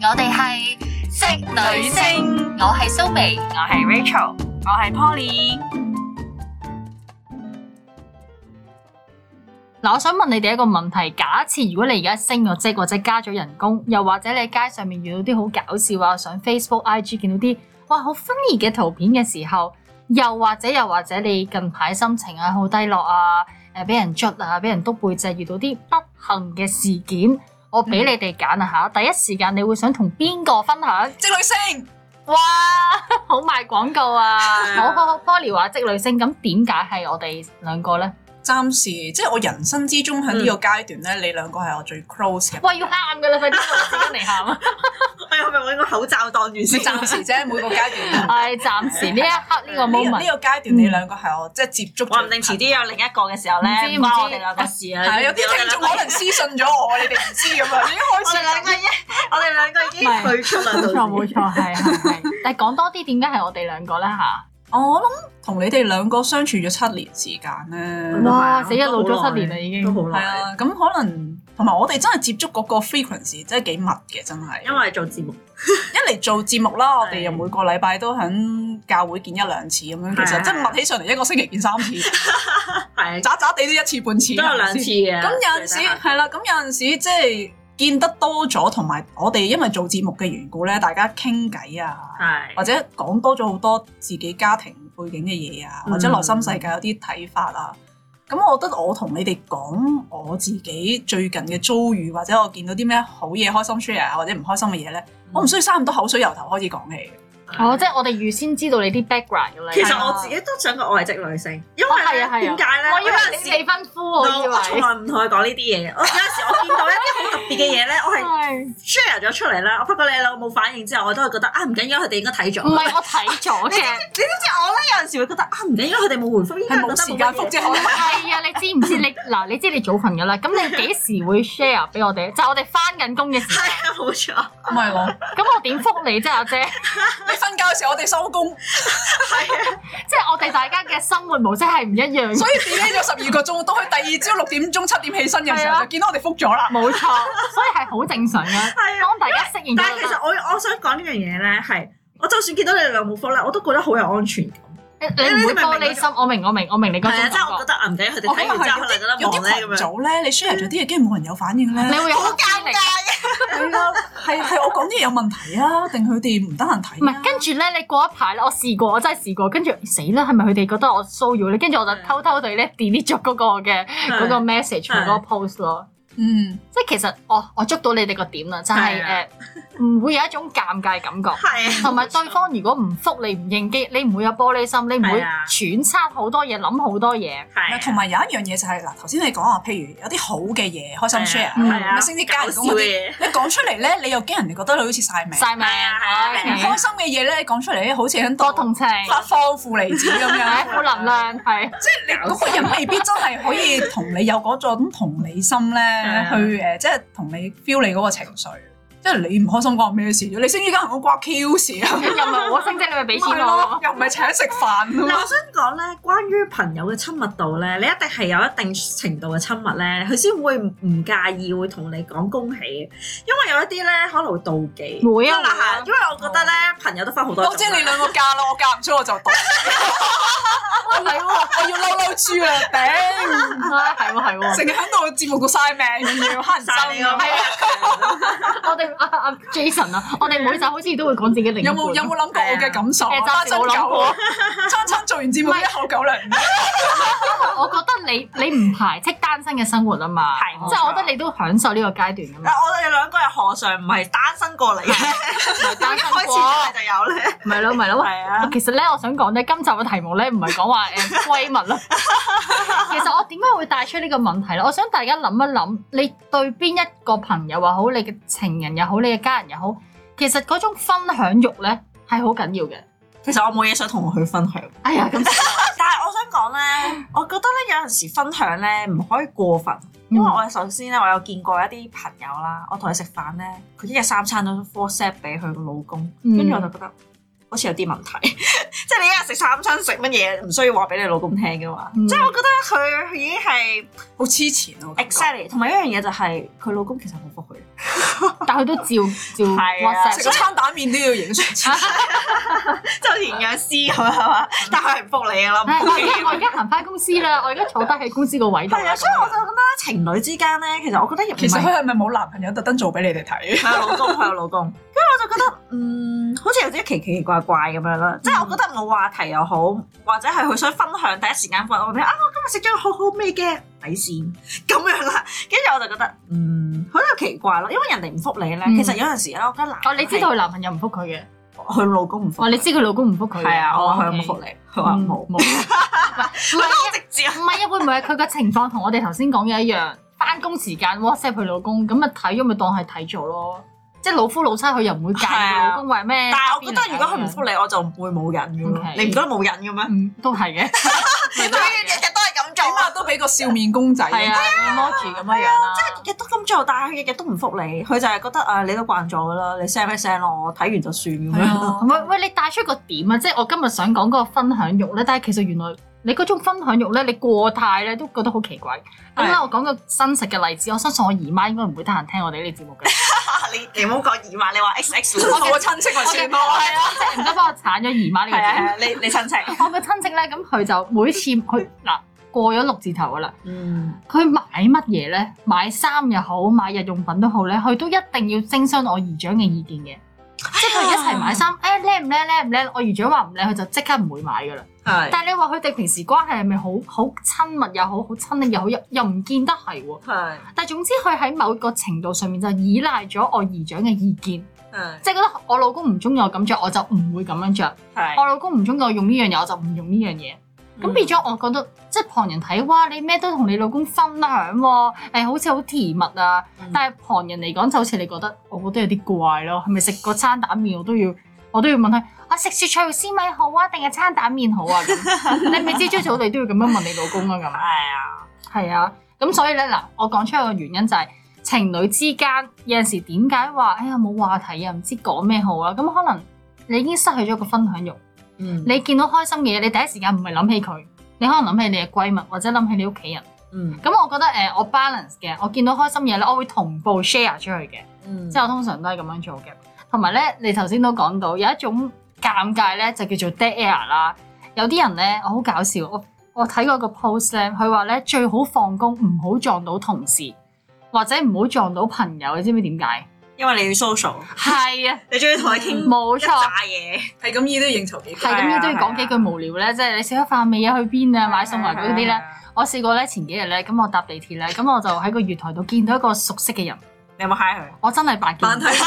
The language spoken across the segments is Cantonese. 我哋係職女星，我係蘇眉，我係 Rachel，我係 Poly。嗱，我想問你哋一個問題：假設如果你而家升咗職，或者加咗人工，又或者你喺街上面遇到啲好搞笑啊，上 Facebook、IG 見到啲哇好 funny 嘅圖片嘅時候，又或者又或者你近排心情啊好低落啊，誒俾人捽啊，俾人督背脊，遇到啲不幸嘅事件，我俾你哋揀啊嚇，第一時間你會想同邊個分享？即女星，哇，好賣廣告啊！係好啊好好，Poly 話職女星，咁點解係我哋兩個咧？暫時即係我人生之中喺呢個嗯階段咧，你兩個係我最 close 嘅。喂，要喊噶啦，快啲我自己嚟喊啊！哎呀，我咪揾個口罩當住先。暫時啫，每個階段。係暫時呢一刻呢個呢個 moment，呢個階段，你兩個係我即係接觸最嗯話唔定遲啲有另一個嘅時候咧唔知，唔關我唔知哋兩個事啊。係有你知唔啲聽眾知可能私信咗我，你哋唔知咁 啊，已經我哋開兩個始。已經，我哋兩個已經退出啦。冇錯冇錯。錯，係係係。但係講多啲，點解係我哋兩個咧嚇？我諗同你哋兩個相處咗七年時間咧，哇死啦老咗七年啦已經都好係耐。啊，咁可能同埋我哋真係接觸嗰個 frequency 真係幾密嘅，真係。因為做節目，一嚟做節目啦，我哋係又每個禮拜都喺教會見一兩次咁樣，其係實係即係密起上嚟一個星期見三次， 係渣渣地都一次半次，啊都有兩係咪次先。嘅。咁有陣時係啦，咁有陣時即係見得多咗，同埋我哋因為做節目嘅緣故咧，大家傾偈啊，係或者講多咗好多自己家庭背景嘅嘢啊，嗯或者內心世界有啲睇法啊。咁我覺得我同你哋講我自己最近嘅遭遇，或者我見到啲咩好嘢、開心 share 啊，或者唔開心嘅嘢咧，嗯我唔需要嘥咁多口水，由頭開始講 起。哦，即係我哋預先知道你啲 background 嘅咧。其實實我我自自己己都想過我係職女性，因哦係為啊係啊點解咧？我以有為陣你時未婚夫我喎，我以從為。來唔同佢講呢啲嘢嘅。我有陣時我見到一啲好特別嘅嘢咧，我係 share 咗出嚟啦。我發覺你老母反應之後，我都係覺得啊唔緊要，佢哋應該睇咗。唔係我睇咗嘅，你知唔知我咧有陣時會覺得啊唔緊要，佢哋冇回覆，應該係覺得冇時間乜嘢覆啫，可能係啊！你知唔知你嗱？你知你早瞓㗎啦，咁你幾時會 share 俾我哋？就係我哋翻緊工嘅時係間，啊，冇錯，唔係咯。咁我點覆你啫，阿姐？ 你瞓覺嘅時候，我哋收工，係啊，即係我哋大家嘅生活模式係唔一樣嘅所以 delay 咗十二個鐘。到佢第二朝六點鐘、七點起身嘅時係候，啊就見到我哋覆咗啦。冇錯，所以係好正常嘅。係啊。當大家適應但係咗其就實我我想講呢樣嘢咧，係我就算見到你哋兩冇覆咧，我都覺得好有安全感。得，你唔會玻璃心。我明我明我明你嗰係啊，種感即係我覺覺，得啊唔緊要，佢哋我睇完之後，佢哋覺得有忙咧啲咁群樣。組咧，你 share 咗啲嘢，跟住冇人有反應你咧，會有好尷尬。係啊，係係我講啲嘢有問題啊，定佢哋唔得閒唔睇啊係，？跟住咧，你過一排咧，我試過，我真係試過，跟住死啦，係咪佢哋覺得我騷擾你？跟住我就偷偷地咧 delete 咗嗰個嘅嗯嗰個 message 係嗰個 post 咯。嗯，即係其實哦我我捉到你哋個點啦，就係係啊誒唔會有一種尷尬感覺，係啊，同埋對方如果唔覆你唔應機，你唔會有玻璃心，你唔會係啊揣測好多嘢，諗好多嘢。係啊同埋有一樣嘢就係嗱，頭先你講話，譬如有啲好嘅嘢，開心 share 嗯啊係啊，咩升職加搞人笑工嗰嘅啲，嘢。你講出嚟咧，你又驚人哋覺得你好似晒命。晒命係啊係啊唔係開心嘅嘢咧，你講出嚟咧，好似喺多度同哎情，發放負離子咁 樣。係負能量，係。即係你嗰個人未必真係可以同你有嗰種同理心 咧，啊去誒，即係同你 feel 你嗰個情緒。即係你唔開心關我咩事啫？你升依家唔好掛 Q 事啊！又唔係我升職，你咪俾係錢我咯。，又唔係請食飯啊嗱，嘛我想講咧，關於朋友嘅親密度咧，你一定係有一定程度嘅親密咧，佢先會唔介意會同你講恭喜嘅，因為有一啲咧可能會妒忌。會啊因會為啊哦因為我覺得咧，朋友都分好多種。我知你兩個嫁咯，我嫁唔出我就讀，哇，係喎，我要嬲嬲豬啦！頂，啊係喎係喎。成日喺度節目度晒命，仲要黑人晒憎你個啊。 咩？我哋阿阿 Jason 啊，我哋每集好似都會講自己另一有半。冇有冇諗過我嘅感受啊？誒單暫時身冇諗狗過啊，餐餐做完節目唔係一口狗糧。我覺得你你唔排斥單身嘅生活啊嘛，係冇錯即係我覺得你都享受呢個階段噶 嘛。我哋兩個係何嘗唔係單身過嚟嘅？啊單一身開始過，就有咧。咪咯咪咯。喂係啊，其實咧，我想講咧，今集嘅題目咧唔係講 話誒閨蜜啦。其實我點解會帶出呢個問題咧？我想大家諗一諗，你對邊一個朋友又好，你嘅情人又好，你嘅家人又好，其實嗰種分享欲咧係好緊要嘅。其實我冇嘢想同佢分享。哎呀，咁 但係我想講咧，我覺得咧有陣時分享咧唔可以過分，因為我首先咧我有見過一啲朋友啦，我同佢食飯咧，佢一日三餐都 WhatsApp 俾佢老公，嗯跟住我就覺得好似有啲問題， 即係你一日食三餐食乜嘢，唔需要話俾你老公聽嘅嘛。嗯即係我覺得佢已經係好黐纏啊！我覺得 exactly，同埋一樣嘢就係佢老公其實冇覆佢， 但但佢都照照係啊 WhatsApp 食個餐蛋面都要影相。即係好似營養師咁樣啊係嘛？但係佢唔覆你噶啦，唔唉我覆而你㗎家啦我而家行翻公司啦，我而家坐低喺公司個位度啦。係啊，所以我就覺得情侶之間咧，其實我覺得亦唔其實係佢係咪冇男朋友特登做俾你哋睇？佢有老公，佢有老公，跟住我就覺得，嗯，好似有啲奇奇怪怪咁樣啦。即係我覺得冇話題又好，或者係佢想分享第一時間分享我俾啊，我今日食咗個好好味嘅底線咁樣啦。跟住我就覺得，嗯，好有奇怪咯，因為人哋唔覆你咧，嗯其實有陣時咧，我覺得男，哦，你知道佢男朋友唔復佢嘅，佢老公唔哦，覆，你知佢老公唔復佢嘅，係啊，我話佢有哦冇，OK 覆你，佢話 冇嗯，冇，唔係啊直接唔係啊，會唔會係佢個情況同我哋頭先講嘅一樣？翻工時間 WhatsApp 佢老公，咁咪睇咗咪當係睇咗咯。即係老夫老妻，佢又唔會介意係佢啊老公為咩。但係我覺得如果佢唔覆你，我就唔會冇癮嘅咯啊 OK。你唔覺得冇癮嘅咩？嗯，都係 嘅，你都日日都係咁起做啊！碼都俾個笑面公仔。係啊，emoji 咁樣樣啦。日日都咁做，啊但係佢日日都唔覆你，佢就係覺得啊，你都慣咗噶啦，你 send 一 send 咯，我睇完就算咁樣。啊喂喂，你帶出個點啊！即係我今日想講嗰個分享欲咧，但係其實原來你嗰種分享欲咧，你過態咧都覺得好奇怪。咁咧，係我講個真實嘅例子，我相信我姨媽應該唔會得閒聽我哋呢啲節 目嘅。啊你你唔好講二萬，你話 X X 我個親戚咪算咯。 係啊，即係唔得幫我鏟咗姨媽呢個係節目。啊，你你親戚。我個親戚咧，咁佢就每次佢嗱過咗六字頭噶啦，嗯，佢買乜嘢咧？買衫又好，買日用品都好咧，佢都一定要徵詢我姨丈嘅意見嘅。即係佢一齊買衫，誒靚唔靚靚唔靚？我姨丈話唔靚，佢就即刻唔會買噶啦。係但係你話佢哋平時關係係咪好好親密又好好親昵又好，又又唔見得係喎。係但係總之佢喺某個程度上面就依賴咗我姨丈嘅意見，係即係覺得我老公唔中意我咁着，我就唔會咁樣着；係。哦我老公唔中意我用呢樣嘢，我就唔用呢樣嘢。咁嗯變咗，我覺得即係旁人睇，哇！你咩都同你老公分享喎、誒好似好甜蜜啊！嗯但係旁人嚟講，就好似你覺得，我覺得有啲怪咯，係咪食個餐蛋麵我都要，我都要問佢，啊食雪菜肉絲米好啊，定係餐蛋麵好啊？咁你咪知朝早你都要咁樣問你老公啊咁。係啊，係啊，咁所以咧嗱，我講出一個原因就係、情侶之間有陣時點解話，哎呀冇話題啊，唔知講咩好啦，咁可能你已經失去咗個分享欲。嗯你見到開心嘅嘢，你第一時間唔係諗起佢，你可能諗起你嘅閨蜜或者諗起你屋企人。嗯咁我覺得誒、呃我 balance 嘅，我見到開心嘢咧，我會同步 share 出去嘅，嗯即係我通常都係咁樣做嘅。同埋咧，你頭先都講到有一種尷尬咧，就叫做 dead air 啦。有啲人咧，我好搞笑，我我睇過個 post 咧，佢話咧最好放工唔好撞到同事，或者唔好撞到朋友，你知唔知點解？因為你要 social，係啊，你中意同佢傾冇一 錯。扎嘢，係咁，依都要應酬幾句係咁樣都要係啊係講啊幾句無聊咧，即係你食咗飯未啊？去邊啊？買餸啊嗰啲咧。，我試過咧，前幾日咧，咁我搭地鐵咧，咁我就喺個月台度見到一個熟悉嘅人，啊你有冇 hi 佢？我真係扮見唔扮到， 睇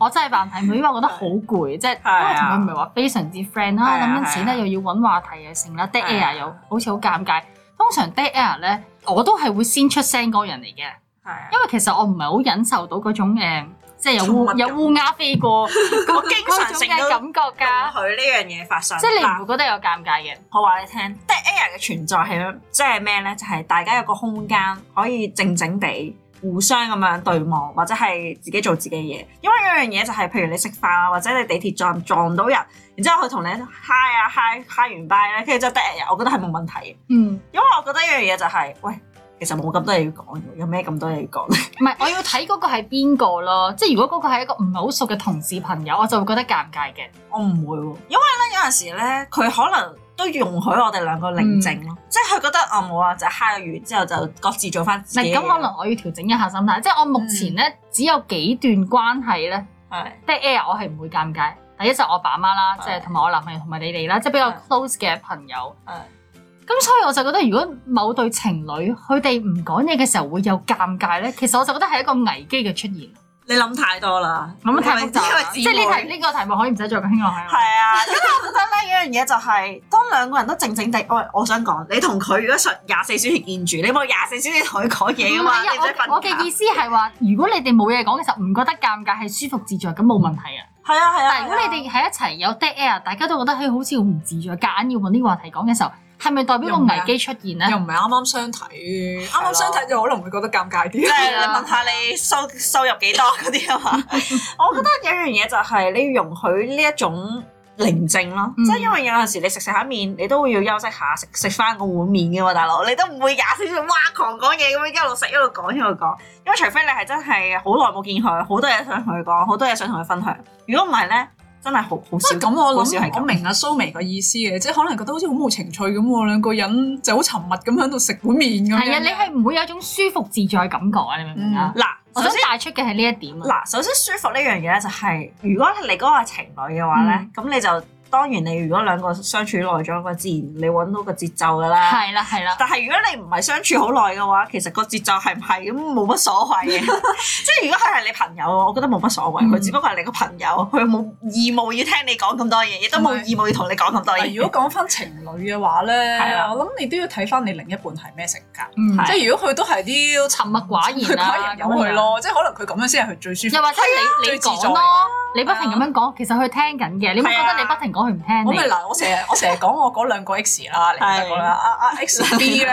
我真係扮睇唔到，因為我覺得好攰，即係因為同佢唔係話非常之 friend 啦，啊係啊諗緊錢係啊咧又要揾話題又成啦，dead 係啊 air 又好似好尷尬。通常 dead air 咧，我都係會先出聲嗰個人嚟嘅，係啊，因為其實我唔係好忍受到嗰種誒，即係有寵物烏感有烏鴉飛過 我經常嗰種成嘅都感覺㗎，佢呢樣嘢發生，即係你嗱唔會覺得有尷尬嘅。我話你聽，dead air 嘅存在係即係咩咧？就係、大家有個空間可以靜靜地互相咁樣對望，或者係自己做自己嘢。因為有樣嘢就係、譬如你食飯啊，或者你地鐵站撞到人，然之後佢同你 hi 啊 hi hi 完 bye 咧，跟住就 dead air，我覺得係冇問題嘅。嗯。因為我覺得一樣嘢就係、喂，其實冇咁多嘢要講嘅，有咩咁多嘢要講咧？唔係，我要睇嗰個係邊個咯。即係如果嗰個係一個唔係好熟嘅同事朋友，我就會覺得尷尬嘅。我唔會喎，因為咧有陣時咧，佢可能都容許我哋兩個寧靜嗯咯，即係佢覺得啊冇啊，就 hi 完之後就各自做翻自嗱，己嘅咁嘢可能我要調整一下心態。即係我目前咧、只有幾段關係咧係。 dead air，我係唔會尷尬。第一就我爸媽啦，係即係同埋我男朋友同埋你哋啦，即係比較係 close 嘅朋友。係咁所以我就覺得，如果某對情侶佢哋唔講嘢嘅時候會有尷尬咧，其實我就覺得係一個危機嘅出現。你諗太多啦，咁太複雜啦，即因係為呢題呢個題目可以唔使再咁輕我喺係啊，因為我覺得 咧，有一樣嘢就係、當兩個人都靜靜地，喂，我想講，你同佢如果上廿四小時見住，你冇廿四小時同佢講嘢唔係噶嘛，你唔使啊，我我瞓嘅意覺。思係話，如果你哋冇嘢講嘅時候唔覺得尷尬，係舒服自在咁冇問題啊。係啊係啊，但係如果你哋喺一齊有 dead air，大家都覺得佢好似好唔自在，夾硬要揾呢個話題講嘅時候，係咪代表個危機出現 又咧？唔係啱啱相睇，啱啱相睇就可能會覺得尷尬即啲。係你問下你收 收入幾多嗰啲啊嘛，我覺得有一樣嘢就係你要容許呢一種寧靜咯，嗯即係因為有陣時你食食下麵，你都會要休息下，食食翻個碗麵嘅喎，大佬，你都唔會廿四小時哇狂講嘢咁樣一路食一路講一路講，因為除非你係真係好耐冇見佢，好多嘢想同佢講，好多嘢想同佢分享。如果唔係咧，真係好好少。咁我好少諗係咁我明阿蘇眉個意思嘅，即係可能覺得好似好冇情趣咁喎，兩個人就好沉默咁喺度食碗面咁樣。係啊，你係唔會有一種舒服自在嘅感覺啊！你明唔明啊？嗱，我首想先。帶出嘅係呢一點啊。嗱，首先舒服呢樣嘢咧，就係如果你嗰個係情侶嘅話咧嗯，咁、你就當然你如果兩個相處耐咗，咁自然你揾到個節奏噶啦。係啦，係啦，但係如果你唔係相處好耐嘅話，其實個節奏係唔係咁冇乜所謂嘅。即係如果佢係你朋友，我覺得冇乜所謂。佢、嗯只不過係你個朋友，佢冇義務要聽你講咁多嘢，亦都冇義務要同你講咁多嘢。嗱啊如 果講翻情侶嘅話咧，係啦我諗你都要睇翻你另一半係咩性格。嗯，係即係如果佢都係啲沉默寡言佢啊 寡人由佢咯，即係可能佢咁樣先係佢最舒服又。或者你係啊你最自講在咯，你不停咁樣講，其實佢聽緊嘅，你咪覺得你不停講佢唔聽我咪你，嗱，我成日我成日講我嗰兩個 X 啦，你得講啦，啊阿阿 X B 咧，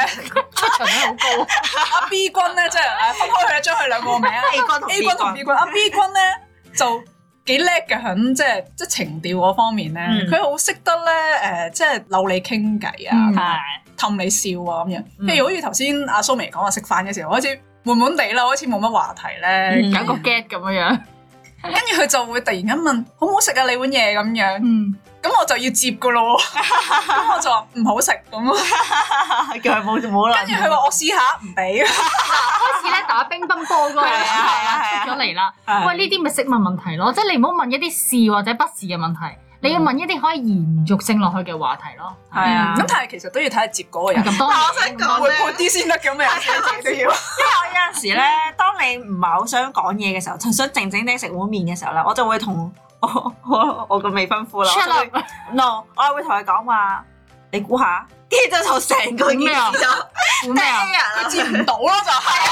出場率好高。阿 B 君咧，即係誒分開佢，將佢兩個名 A 君同 A 君同 B 君，阿 B 君咧就幾叻嘅，響即係即係情調嗰方面咧，嗯佢好識得咧誒，即係嬲你傾偈啊。嗯係氹你笑啊咁樣。嗯譬如好似頭先阿蘇眉講話食飯嘅時候，開始悶悶地啦，開始冇乜話題嗯咧。有一個 get 咁樣樣，跟住佢就會突然間問好唔好食啊你碗嘢咁樣，嗯，咁我就要接噶 咯喎。咁我就話唔好食咁。啊叫佢冇冇啦。跟住佢話我試下唔俾。開始咧打乒乓波嗰個係啊係啊係啊出咗嚟啦。係喂，呢啲咪識問問題咯，即係你唔好問一啲是或者不是嘅問題，你要問一啲可以延續性落去嘅話題咯。嗯係啊嗯咁但係其實都要睇下接嗰個人咁當然但我想講會潑啲先得咁樣。都要我有陣時咧，當你唔係好想講嘢嘅時候，就想靜靜地食碗麵嘅時候咧，我就會同 我我我個未婚夫啦我 shut 就會 up， ，no，我係會同佢講話，你估下，跟住就同成個件咩啊事就估咩 啊？佢接唔到咯就係。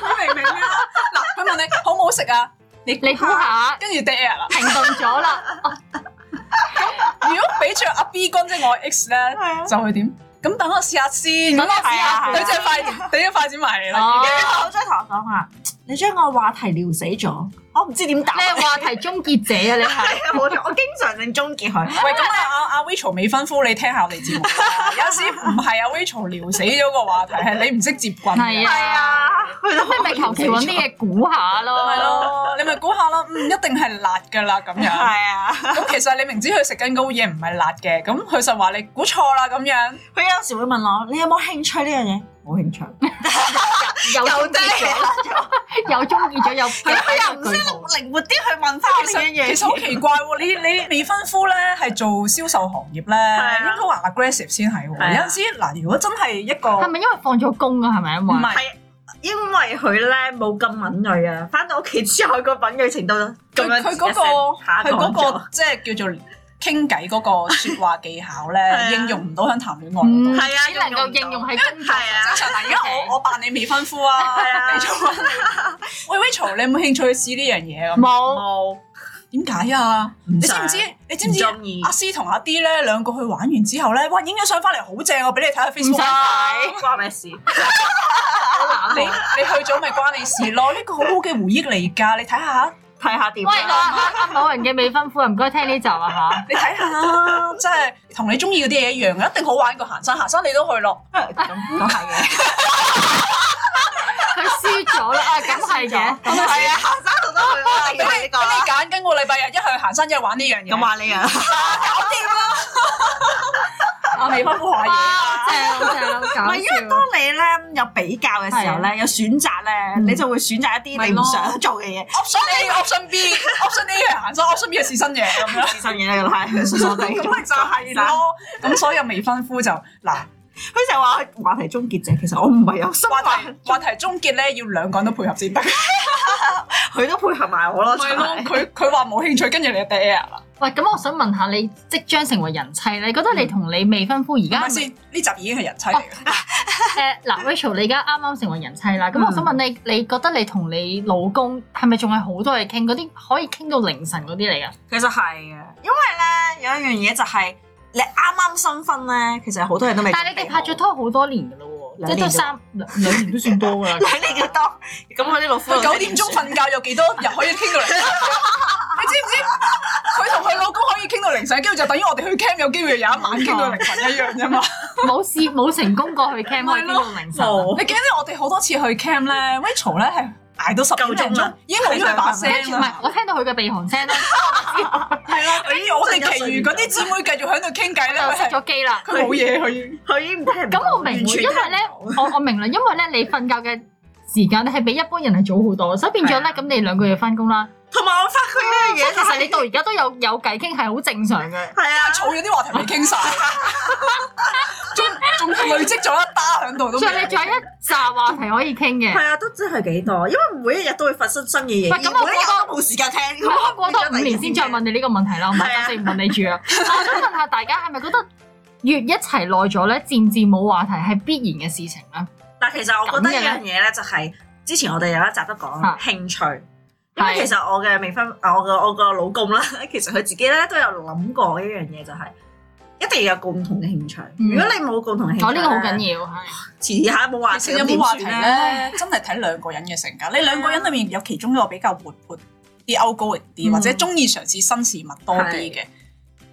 你明唔明啊？嗱，佢問你好唔好食啊？你你估下，跟住 d e 啦。停頓咗 啦，如果俾着阿 B 君即係我 X 咧係啊，就會點？咁等我試下先。等我試係啊下係啊啊佢隻筷，俾隻筷子埋嚟啦。哦跟住佢好想同我講話，你將我話題聊死咗，我唔知點答。你係話題終結者啊！你係係啊 冇錯，我經常性終結佢。喂，咁啊，阿阿 Rachel 未婚夫，你聽下我哋節目啦。有時唔係阿 Rachel 撩死咗個話題，係你唔識接棍嘅。係 係啊，你咪求其揾啲嘢估下咯。係，咯，你咪估下咯，嗯，一定係辣㗎啦咁係樣。啊，咁其實你明知佢食緊嗰碗嘢唔係辣嘅，咁佢就話你估錯啦咁樣。佢有時會問我，你有冇興趣呢樣嘢？冇興趣，又終結咗啦，又終結咗，又 係啊佢又唔句識號靈活啲去問翻我其呢實樣嘢。其實好奇怪喎，你你未婚夫咧係做銷售行業咧，應啊該話 aggressive 先係係喎。啊有陣時嗱，如果真係一個係咪因為放咗工啊？係咪因為唔？係係因為佢咧冇咁敏鋭啊，翻到屋企之後佢個敏鋭程度咁佢樣佢嗰個下佢降嗰咗。個即係叫做傾偈嗰個 説話技巧咧啊，應用唔到喺談戀愛嗰嗯度。係啊只能夠應用喺工作係啊正常嗱，而 家 OK 我我扮你未婚夫啊係啊，你做乜嚟？喂 Rachel，你有冇興趣去試呢樣嘢咁？啊冇。冇，點解啊？你你知唔知？你知唔知唔中意阿 C 同阿 D 咧兩個去玩完之後咧，哇！影咗相翻嚟好正，我俾你睇下 Facebook 啊。關咩事？你啊你去咗咪關你事 咯？呢個好好嘅回憶嚟㗎，你睇下，睇下點啊喂，阿啦。阿某人嘅未婚夫，唔該聽呢集啊嚇。你睇下，真係同你中意嗰啲嘢一樣嘅，一定好玩過行山。行山你都去咯，咁 咁啊係嘅， 佢輸咗啦，啊咁係嘅，咁係啊，行山度都去啦，俾你俾你 揀今個啊禮拜日一去行山，一去玩呢樣嘢。咁話你啊，我啊未婚夫 下嘢，哇正正唔搞係因為當笑。你咧有比較嘅時候係咧，有選擇咧，嗯你就會選擇一啲你唔想做 嘅嘢。 option A，option B，option A 係行山，option B 係試新嘢咁 樣。自信嘢咧，太傻傻地，咁咪就係咯，咁所以未婚夫就嗱佢就話話題終結者，其實我唔係有心話話題話題終結咧，要兩個人都配合先 得。佢都配合埋我咯，咪咯，佢佢話冇興趣，跟住你就啊 dead air 啦。喂，咁我想問下你，即將成為人妻，你覺得你同你未婚夫而係哦家咪先？呢集已經係人妻嚟嘅。誒 嗱，Rachel，你而家啱啱成為人妻啦，咁我想問你，你覺得你同你老公係咪仲係好多嘢傾？嗰啲可以傾到凌晨嗰啲嚟㗎？其實係嘅，因為咧有一樣嘢就係、你啱啱新婚咧，其實好多嘢都未準備好。但係你哋拍咗拖好多年㗎咯喎，兩即係都年啫三兩兩年都算多㗎啦。 你哋叫多，咁佢啲老夫佢九點鐘瞓覺有幾多日可以傾到嚟？你知唔知？佢同佢老公可以以傾到凌晨，跟住就等於我哋去 camp 有機會有一晚傾到凌晨一樣啫嘛。 冇事冇成功過去 camp 可以傾到凌晨。啊你記唔記得我哋好多次去 camp 咧，Rachel 咧係捱到十點零夠鐘鐘啦，已經冇咗佢把聲跟住唔係啦。，我聽到佢嘅鼻鼾聲啦，係啦，跟住我哋其餘嗰啲姊妹繼續喺度傾偈咧，就佢熄係咗機啦。佢冇嘢佢。佢已經聽唔到咁我明完喎，全因為咧聽唔到，我我明啦，因為咧你瞓覺嘅時間咧係比一般人係早好多，所以變咗咧咁你兩個要翻工 啦。同埋我發覺一其樣嘢就實係，你到而家都有有偈傾係好正常嘅。係啊，儲咗啲話題未傾晒，仲仲累積咗一打喺度都未。所以你仲有一集話題可以傾 嘅。係啊，都真係幾多，因為每一日都會發生新嘅嘢，喂咁我而每一日都冇時間聽。唔係我過多五年先再問你呢個問題啦，我唔係係暫啊時唔問你 住啊。我想問下大家係咪覺得越一齊耐咗咧，漸漸冇話題係必然嘅事情咧？但其實我覺得一樣嘢咧，就係之前我哋有一集都講啊興趣。因為其實我嘅未婚，啊我嘅我個老公啦， 其實佢自己咧都有諗過一樣嘢，就係一定要有共同嘅興趣。嗯啊如果你冇共同嘅興趣，我哦呢個好緊要，係遲下冇話其題實有咁冇點話算題咧？咧？真係睇兩個人嘅性格。你兩個人裏面有其中一個比較活潑啲、outgoing 啲，嗯或者中意嘗試新事物多啲嘅，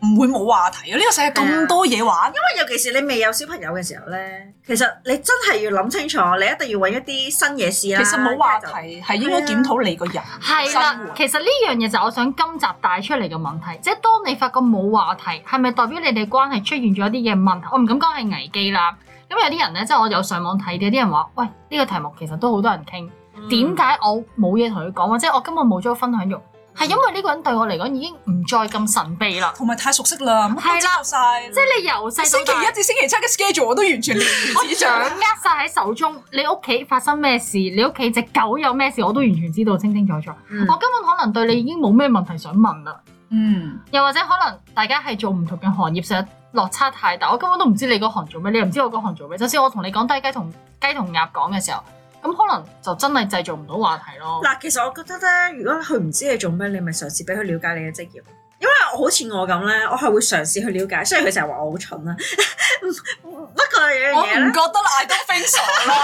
唔會冇話題嘅。呢個世界啊咁多嘢玩，因為尤其是你未有小朋友嘅時候咧，其實你真係要諗清楚，你一定要揾一啲新嘢試啦。啊其實冇話一係題係應該檢討你個人係生啦活。其實呢樣嘢就係我想今集帶出嚟嘅問題，即係當你發覺冇話題，係咪代表你哋關係出現咗一啲嘅問題？我唔敢講係危機啦。咁有啲人咧，即係我有上網睇嘅，有啲人話：喂，呢、個題目其實都好多人傾。就嗯點解我冇嘢同佢講，或者我根本冇咗分享欲，係因為呢個人對我嚟講已經唔再咁神秘啦。同埋太熟悉啦，乜都知道晒。 即係你由細星期到大一，至星期七嘅 schedule 我都完全了如指 掌掌。握晒喺手中。你屋企發生咩事，你屋企只狗有咩事，我都完全知道清清楚楚。嗯我根本可能對你已經冇咩問題想問啦。嗯，又或者可能大家係做唔同嘅行業，成日落差太大，我根本都唔知你嗰行做咩，你又唔知我嗰行做咩。就算我同你講低雞同雞同鴨講嘅時候，咁可能就真係製造唔到話題咯。嗱，其實我覺得咧，如果佢唔知你做咩，你咪嘗試俾佢了解你嘅職業。因為我好似我咁咧，我係會嘗試去了解。雖然佢成日話我好蠢啦， 不過有樣我唔嘢覺得咧，啦，I don't think so 啦。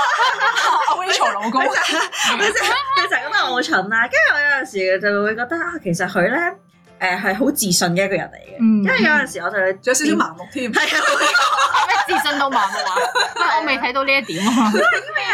阿 Rachel 老公佢成日佢成日佢成日覺得我蠢啦。跟住我有陣時就會覺得啊，其實佢咧誒係好自信嘅一個人嚟嘅。嗯因為有陣時我就係仲有少少盲目添。係啊。咩自信到麻木 啊？喂我未睇到呢一點啊！有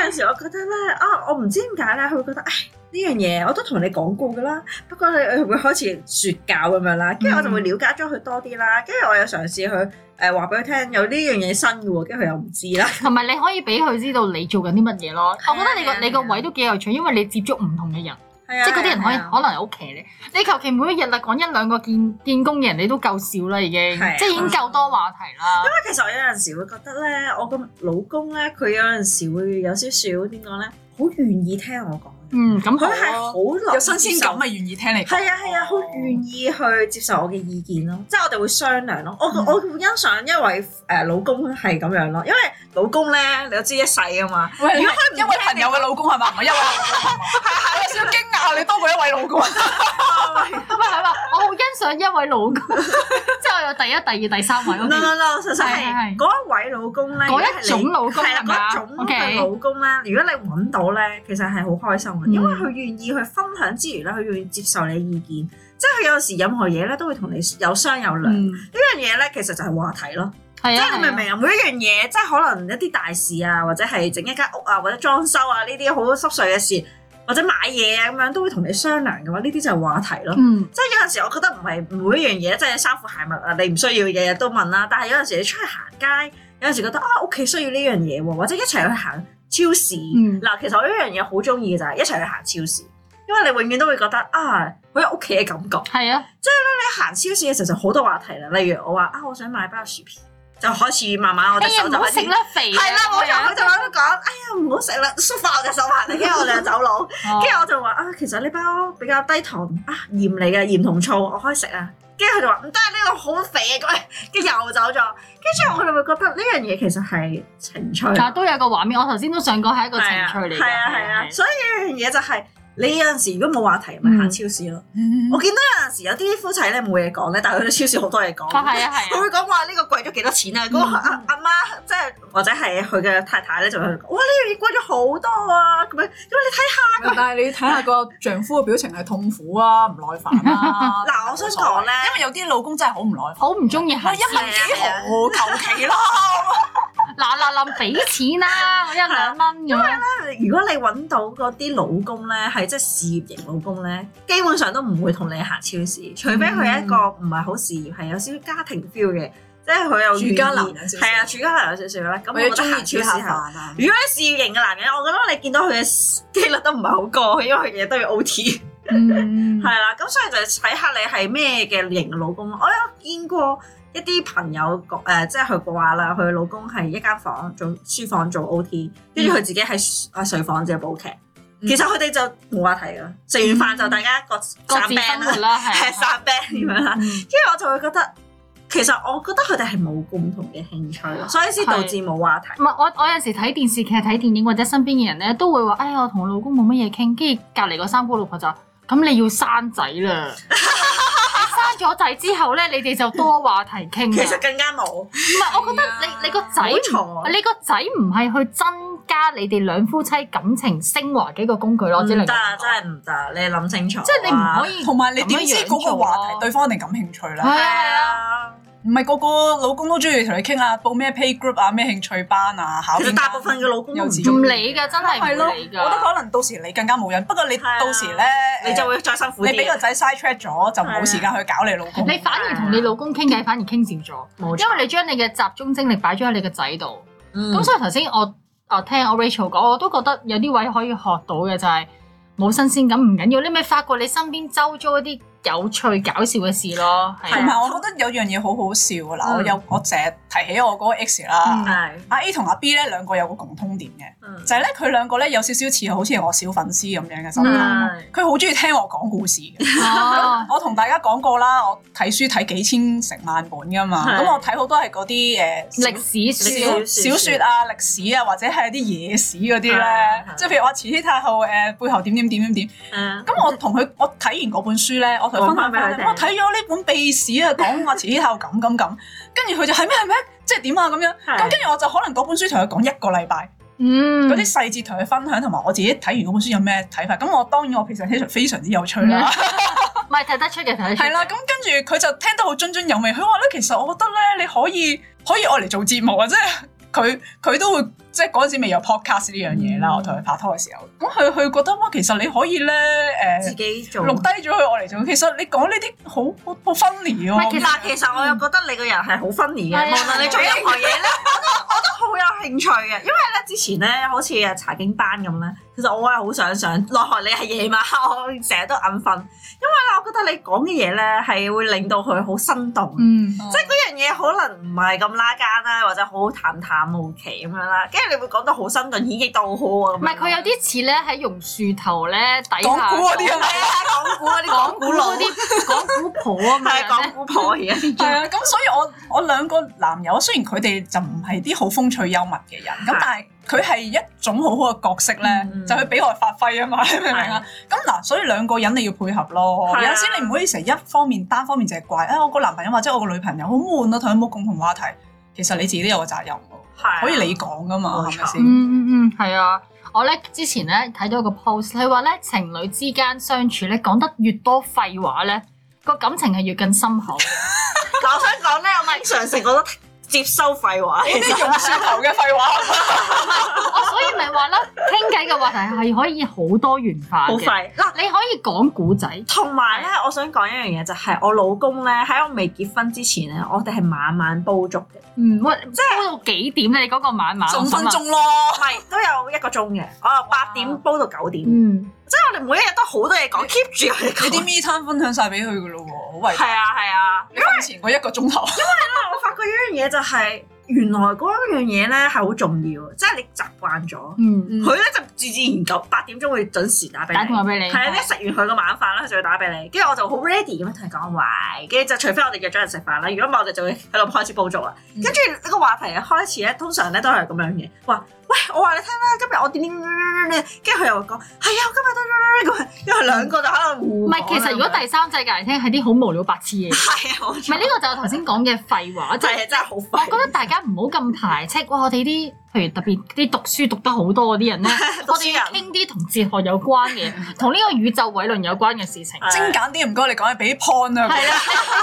陣時我覺得咧，啊，我唔知點解咧，佢會覺得，唉，呢樣嘢我都同你講過噶啦，不過你會開始説教咁樣啦，跟住我就嗯會了解咗佢多啲啦，跟住我又嘗試去誒話俾佢聽有呢樣嘢新嘅喎，跟住佢又唔知啦，同埋你可以俾佢知道你做緊啲乜嘢咯。係我啊覺得你係啊個你個係啊位都幾有趣，因為你接觸唔同嘅人，係啊，即係嗰啲人可以係啊可能係屋企咧。你求其每一日啦講一兩個見見工嘅人，你都夠少啦已經，係啊即係已經夠多話題啦。因為其實我有陣時會覺得咧，我個老公咧，佢有陣時會有少少點講咧，好願意聽我講，嗯，咁佢好係啊好樂有意新鮮感接受咪願意聽你講。係啊係啊，哦好願意去接受我嘅意見咯，即係我哋會商量咯。我、嗯我會欣賞一位誒、呃老公係咁樣咯，因為老公咧你都知一世啊嘛。喂，如如果果佢唔一位朋友嘅老公 係嘛？唔係一位老公係嘛？我有少少驚訝，你多過一位老公。唔係係嘛？我好欣賞一位 老公，即係我有第一、第二、第三位 no 嗰啲 no no，實實係係係嗰一位老公嗰咧，如果係一你種老公係係啦，咪啊嗰種嘅 OK 老公咧，如果你揾到咧，其實係好開心嘅，嗯因為佢願意去分享之餘咧，佢願意接受你意見，即係佢有時任何嘢咧都會同你有商有量。呢嗯，樣嘢咧其實就係話題咯。係即啊，係你係啊明唔明啊？每一樣嘢，即係可能一啲大事啊，或者係整一間屋啊，或者裝修啊呢啲好濕碎嘅事，或者買嘢啊咁樣，都會同你商量嘅話，呢啲就係話題咯。嗯，即係有陣時，我覺得唔係每一樣嘢，即係衫褲鞋襪啊，你唔需要日日都問啦。但係有陣時你出去行街，有陣時覺得啊，屋企需要呢樣嘢喎，或者一齊去行超市。嗯嗱、其實我有一樣嘢好中意嘅就係一齊去行超市，因為你永遠都會覺得啊，好有屋企嘅感覺。係啊，行超市嘅時候就好多話題啦，例如我話啊，我想買包薯片，就開始慢慢我哎隻呀，手唔就好開始食啦，肥啊係啦，冇錯，佢就咁樣喺度講，哎呀唔好食啦，縮翻我隻手下嚟，跟住我哋就走佬， 哦跟住我就話啊，其實呢包比較低糖啊，鹽嚟嘅，鹽同醋，我可以食啊。跟住佢就話唔得，呢度好肥啊，咁 跟住又走咗。跟住我哋會覺得呢樣嘢其實係情趣，啊但係都有個畫面，我頭先都想講係一個情趣嚟嘅，啊嗯係啊係啊，所以呢樣嘢就係你有陣時如果冇話題，咪行超市咯。嗯我見到有陣時有啲夫妻咧冇嘢講咧，但係去到超市好多嘢講。哦啊係啊係佢啊，會講話呢個貴咗幾多錢啊？嗯嗰、個阿阿媽即係或者係佢嘅太太咧，就會講：哇呢樣嘢貴咗好多啊！咁樣，因為你但係你要睇下個丈夫嘅表情係痛苦啊，唔耐煩 啊。嗱我想講咧因為有啲老公真係好唔耐煩。好唔中意喂行一文幾毫，求 其啦。嗱嗱臨俾錢啦，我一兩蚊咁 樣。睇下，如果你揾到嗰啲老公咧，係即係事業型老公咧，基本上都唔會同你行超市，除非佢嗯係一個唔係好事業，係有少少家庭 feel 嘅，即係佢有住家男願意人少少係啊，住家男人少少咧，咁或者我覺中得意行煮超下市飯係。啊。如果係事業型嘅男人，我覺得你見到佢嘅機率都唔係好高，因為佢嘢都要 O T。嗯係，啦，咁所以就睇下你係咩嘅型老公咯。我有見過一啲朋友講誒、呃即係佢話啦，佢老公係一間房做書房做 OT，跟嗯住佢自己喺啊睡房自己煲劇。嗯其實佢哋就冇話題啦，食完飯就大家各嗯各散自 band 生活 啦，啦，係係啊。散 band 咁樣啦。嗯跟住我就會覺得，其實我覺得佢哋係冇共同嘅興趣咯，所以先導致冇話題。唔係我我有陣時睇電視劇、睇電影或者身邊嘅人咧，都會話：哎呀，我同我老公冇乜嘢傾。跟住隔離個三姑六婆就話：咁你要生仔啦！你生咗仔之後咧，你哋就多話題傾其啦。實更加冇，唔係，我覺得你你個仔冇唔錯。你個仔唔係去增加你哋兩夫妻感情升華嘅一個工具咯，唔只得，啊能真係唔得，你諗清楚啊。即係你唔可以 同埋你點知嗰個話咁樣題做對方一定感興趣啦？係係啊，啊。唔係個個老公都中意同你傾啊，報咩 pay group 啊，咩興趣班啊，考其實邊大間部分嘅老公都唔幼稚中唔意理㗎，真係係咯唔理我覺得㗎。可能到時你更加冇癮，不過你係啊到時咧，你就會再辛苦你啲。俾個仔 side track 咗，就冇時間去搞你老公。你反而同你老公傾偈，反而傾少冇咗，因為你將你嘅集中精力擺咗喺你個仔度。咁、咁所以頭先我啊聽我 Rachel 講，我都覺得有啲位可以學到嘅就係、冇新鮮感唔緊要，你咪發覺你身邊周遭一啲有趣搞笑嘅事咯，係同啊埋我覺得有樣嘢好好笑啊！嗱，我嗯有我成日提起我嗰個 X 嗯啦，係阿 A 同阿 B 咧兩個有個共通點嘅，嗯就係咧佢兩個咧有少少似好似我小粉絲咁樣嘅心態，係佢好中意聽我講故事嘅。 哦我同大家講過啦，我睇書睇幾千成萬本噶嘛，係咁我睇好多係嗰啲誒歷史書歷史小小説啊、歷史啊，或者係啲野史嗰啲咧係係，即係譬如我慈禧太后誒背後點點點點點，嗯咁我同佢我睇完嗰本書咧，我同佢分享講翻翻俾咧，佢我睇咗呢本秘史啊，講話慈禧太后咁咁咁，跟住佢就係咩係咩，即係點啊咁樣，係咁跟住我就可能嗰本書同佢講一個禮拜，嗯嗰啲細節同佢分享，同埋我自己睇完嗰本書有咩睇法，咁我當然我 presentation 非常之有趣啦。 嗯唔係睇得出嘅，睇得出啊係啦，咁跟住佢就聽得好津津有味。佢話咧，其實我覺得咧，你可以可以愛嚟做節目啊，即係佢佢都會即係嗰陣時未有 podcast 呢樣嘢啦。嗯我同佢拍拖嘅時候，咁佢佢覺得哇，其實你可以咧自誒己做錄。低咗佢愛嚟做。其實你講呢啲好好好 funny 啊唔係其喎。但係其實我又覺得你個人係好分係裂啊嘅，無論你做任何嘢咧， 我都我都好有興趣嘅。因為咧之前咧，好似誒查經班咁咧，其實我係好想上，奈何你係夜晚，我成日都眼瞓。因為咧，我覺得你講嘅嘢咧係會令到佢好生動。嗯即即係嗰樣嘢可能唔係咁拉間啦，或者好淡淡無奇咁樣啦，跟住你會講得好生動，演繹到好好啊咁樣。唔係佢有啲似咧喺榕樹頭咧底下講古嗰啲啊嘛係啊，講古嗰啲講講古古佬嗰，啲講古婆啊嘛，係講古婆而家。 係啊，咁所以我我兩個男友雖然佢哋就唔係啲好風趣幽默嘅人，咁係但係佢係一種好好嘅角色咧，嗯就去俾我發揮啊嘛，你明唔明啊？咁嗱，所以兩個人你要配合咯。係有啊陣時你唔可以成日一方面單方面就係怪，啊我個男朋友或者我個女朋友好悶啊，同佢冇共同話題。其實你自己都有個責任喎，係啊可以你講噶嘛，冇係咪錯先？嗯嗯嗯，係啊！我咧之前咧睇到一個 post，佢話咧情侶之間相處咧講得越多廢話咧，個感情係越更深厚。 嗱，我想講咧，我經常性我都接收廢話，其實啲 用舌頭嘅廢話，我所以咪話啦，傾偈嘅話題係可以好多元化好嘅。廢。嗱，你可以講古仔，同埋咧，我想講一樣嘢就係我老公咧喺我未結婚之前咧，我哋係晚晚煲粥嘅，嗯，喂，即係到幾點咧？你嗰個晚啊晚，我仲想分問， 鐘咯唔。係都有一個鐘嘅，我由八點煲到九點，即嗯，係我哋每一日都好多嘢講，keep 住我哋你啲講。 me time 分享晒俾佢噶咯喎，好偉大！係啊係啊。你瞓前嗰一個鐘頭，我發覺一樣嘢就係、原來嗰樣嘢咧係好重要，即係你習慣咗，嗯，佢咧、就自自然就八點鐘會準時打俾打電話你。俾你，係啊，一食完佢個晚飯咧，佢就會打俾你，跟住我就好 ready 咁樣同佢講喂，跟住就除非我哋約咗人食飯啦，如果唔係我哋就會喺度開始煲粥啦。嗯跟住呢個話題開始咧，通常咧都係咁樣嘅，哇，我話你聽啦，今日我點點點點點，跟住佢又會講係啊，我今日都咁，因為兩個就啊喺度互唔係，其實如果第三者嘅人聽係啲好無聊白痴嘢，唔係啊，我唔係呢個就我頭先講嘅廢話，即係係真係好我覺廢，得大家唔好咁排斥。哇！我哋啲譬如特別啲讀書讀得好多嗰啲人咧， 讀書人我哋要傾啲同哲學有關嘅，同呢個宇宙偉論有關嘅事 情。精簡啲，唔該，你講係俾 point 啊。係啦，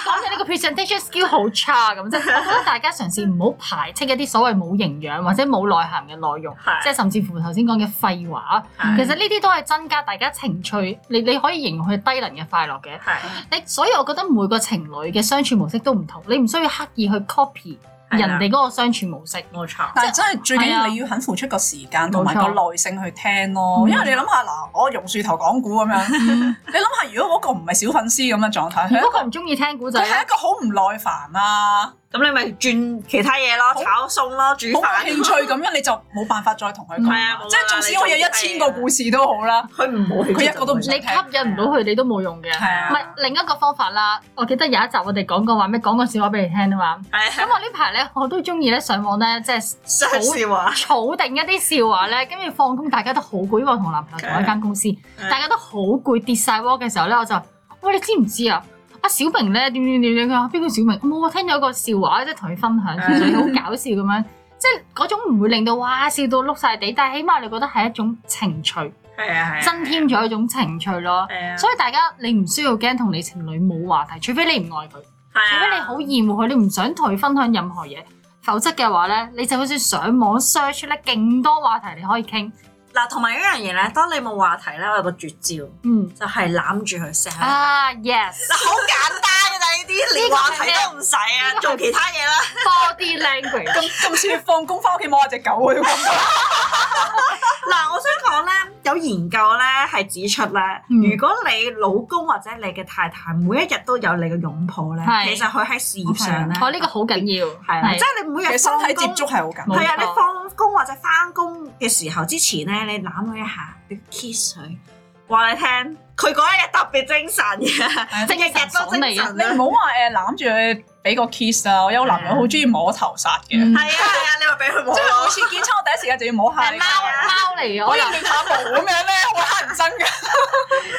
講嘅呢個 presentation skill 好差 咁，即係我覺得大家嘗試唔好排斥一啲所謂冇營養或者冇內涵嘅內容，係即係甚至乎頭先講嘅廢話。係其實呢啲都係增加大家情趣，你你可以形容佢低能嘅快樂嘅。係你所以我覺得每個情侶嘅相處模式都唔同，你唔需要刻意去 copy 係人啦哋嗰個相處模式。冇錯，但係真係最緊係啊要你要肯付出個時間同埋冇個錯耐性去聽咯，嗯因為你諗下嗱，我榕樹頭講古咁 樣，你諗下如果嗰個唔係小粉絲咁嘅狀態，佢如一果個佢唔中意聽古仔佢係咧一，個好唔耐煩啊，咁你咪轉其他嘢咯，好炒餸咯，煮冇飯啊乜興趣咁樣，你就冇辦法再同佢嗯講係啊啦。冇即啦係縱使我有你一做千啊個故事都好啦，佢唔好，佢一個都唔你想吸引唔到佢，你都冇用嘅。係啊唔係另一個方法啦，我記得有一集我哋講過話咩講個笑話俾你聽啊嘛。咁係我呢排咧我都中意咧上網咧即係想 笑話，儲定一啲笑話咧，跟住放工大家都好攰，因為我同男朋友同一間公司，嗯大家都好攰跌晒窩嘅時候咧，我就喂你知唔知啊？阿小明咧點點點點，佢話邊個小明？冇啊，聽咗個笑話，即係同佢分享，嗯純粹好搞笑咁樣，即係嗰種唔會令到哇笑到碌晒地，但係起碼你覺得係一種情趣，係啊係啊，增添咗一種情趣咯。係啊，所以大家你唔需要驚同你情侶冇話題，除非你唔愛佢。如係啊果你好厭惡佢，你唔想同佢分享任何嘢，否則嘅話咧，你就好似上網 search 咧，勁多話題你可以傾。嗱，同埋一樣嘢咧，當你冇話題咧，我有個絕招嗯，就係攬住佢錫佢。啊，yes， 嗱，好簡單嘅咋呢啲，連話題都唔使呢個係咩啊，做其他嘢啦。多啲 language，咁咁似放工翻屋企摸下只狗啊嗰種感 覺。嗱，我想講咧，有研究咧係指出咧，嗯如果你老公或者你嘅太太每一日都有你嘅擁抱咧，係其實佢喺事哦業啊上咧，我哦呢個好緊要，係啊啦，即係你每其日實身體放工接觸係好緊冇要，係錯啊，你放工或者翻工嘅時候之前咧，你攬佢一下，你 kiss 佢，話你聽，佢嗰一日特別精神嘅，係啊精日神日都爽利精啊！神你唔啊。好話誒攬住佢俾個 kiss 啊！我有男友好中意摸頭殺嘅，嗯係啊係啊，你話俾佢摸即，係每次見親我第一時間就要摸下啊係啊你貓。貓嚟嘅，可我以諗亂下毛咁樣咧，好乞人憎嘅。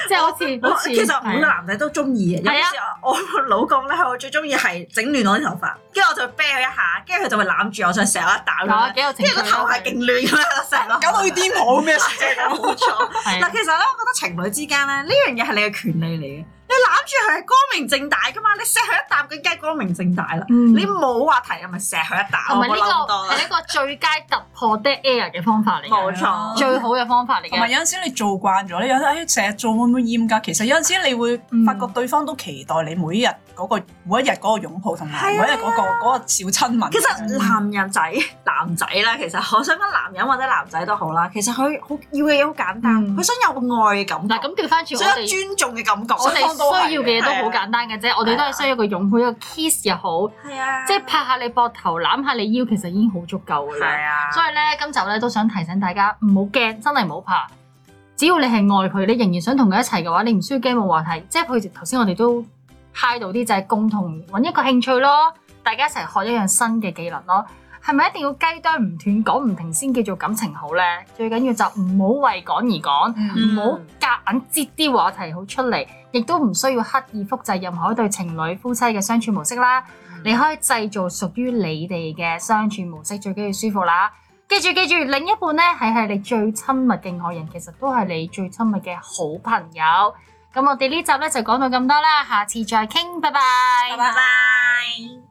即係好似好似，其實每個係男仔都中意嘅，係啊有時我 我老公咧，佢最中意係整亂我啲頭髮，跟住我就啤佢一下，跟住佢就會攬住我，想成一啖啊咯，幾有情跟趣咯，住個頭係勁亂咁樣成咯，搞到佢 癲婆咩 事啫？咁冇錯。係嗱，其實咧，我覺得情侶之間咧，呢樣嘢係你嘅權利嚟嘅。你攬住佢係光明正大噶嘛，你錫佢一啖，佢梗係光明正大啦。嗯你冇話題，咪錫佢一啖。同埋呢我冇諗咁個多啊啦係一個最佳突破 dead air 嘅方法嚟冇嘅，錯，最好嘅方法嚟同埋嘅，有陣時你做慣咗，你有陣哎成日做會唔會厭㗎？其實有陣時你會嗯發覺對方都期待你每日嗰個每一日嗰個擁抱同埋係每啊一日嗰個嗰個小親吻。其實男人仔、男仔啦，其實我想講男人或者男仔都好啦，其實佢好要嘅嘢好簡單，嗯佢、想有個愛嘅感嗱覺，咁調翻轉我想有哋。尊重嘅感覺。我哋需要嘅嘢都好係啊簡單嘅啫，我哋都係需要一個擁抱，一個 kiss 又好，係啊，即係拍下你膊頭、攬下你腰，其實已經好足夠㗎係啦。啊，所以咧，今集咧都想提醒大家唔好驚，真係唔好怕。只要你係愛佢，你仍然想同佢一齊嘅話，你唔需要驚冇話題。即係譬如頭先我哋都 high 到啲，就係共同揾一個興趣咯，大家一齊學一樣新嘅技能咯。係咪一定要雞啄唔斷、講唔停先叫做感情好呢？最緊要就唔好為講而講。嗯唔好夾硬擠啲話題好出嚟，亦都唔需要刻意複製任何一對情侶夫妻嘅相處模式啦。你可以製造屬於你哋嘅相處模式，最緊要舒服啦。記住記住，另一半呢係係你最親密嘅愛人，其實都係你最親密嘅好朋友。啊咁我哋呢集呢就講到咁多啦，下次再傾，拜拜拜拜。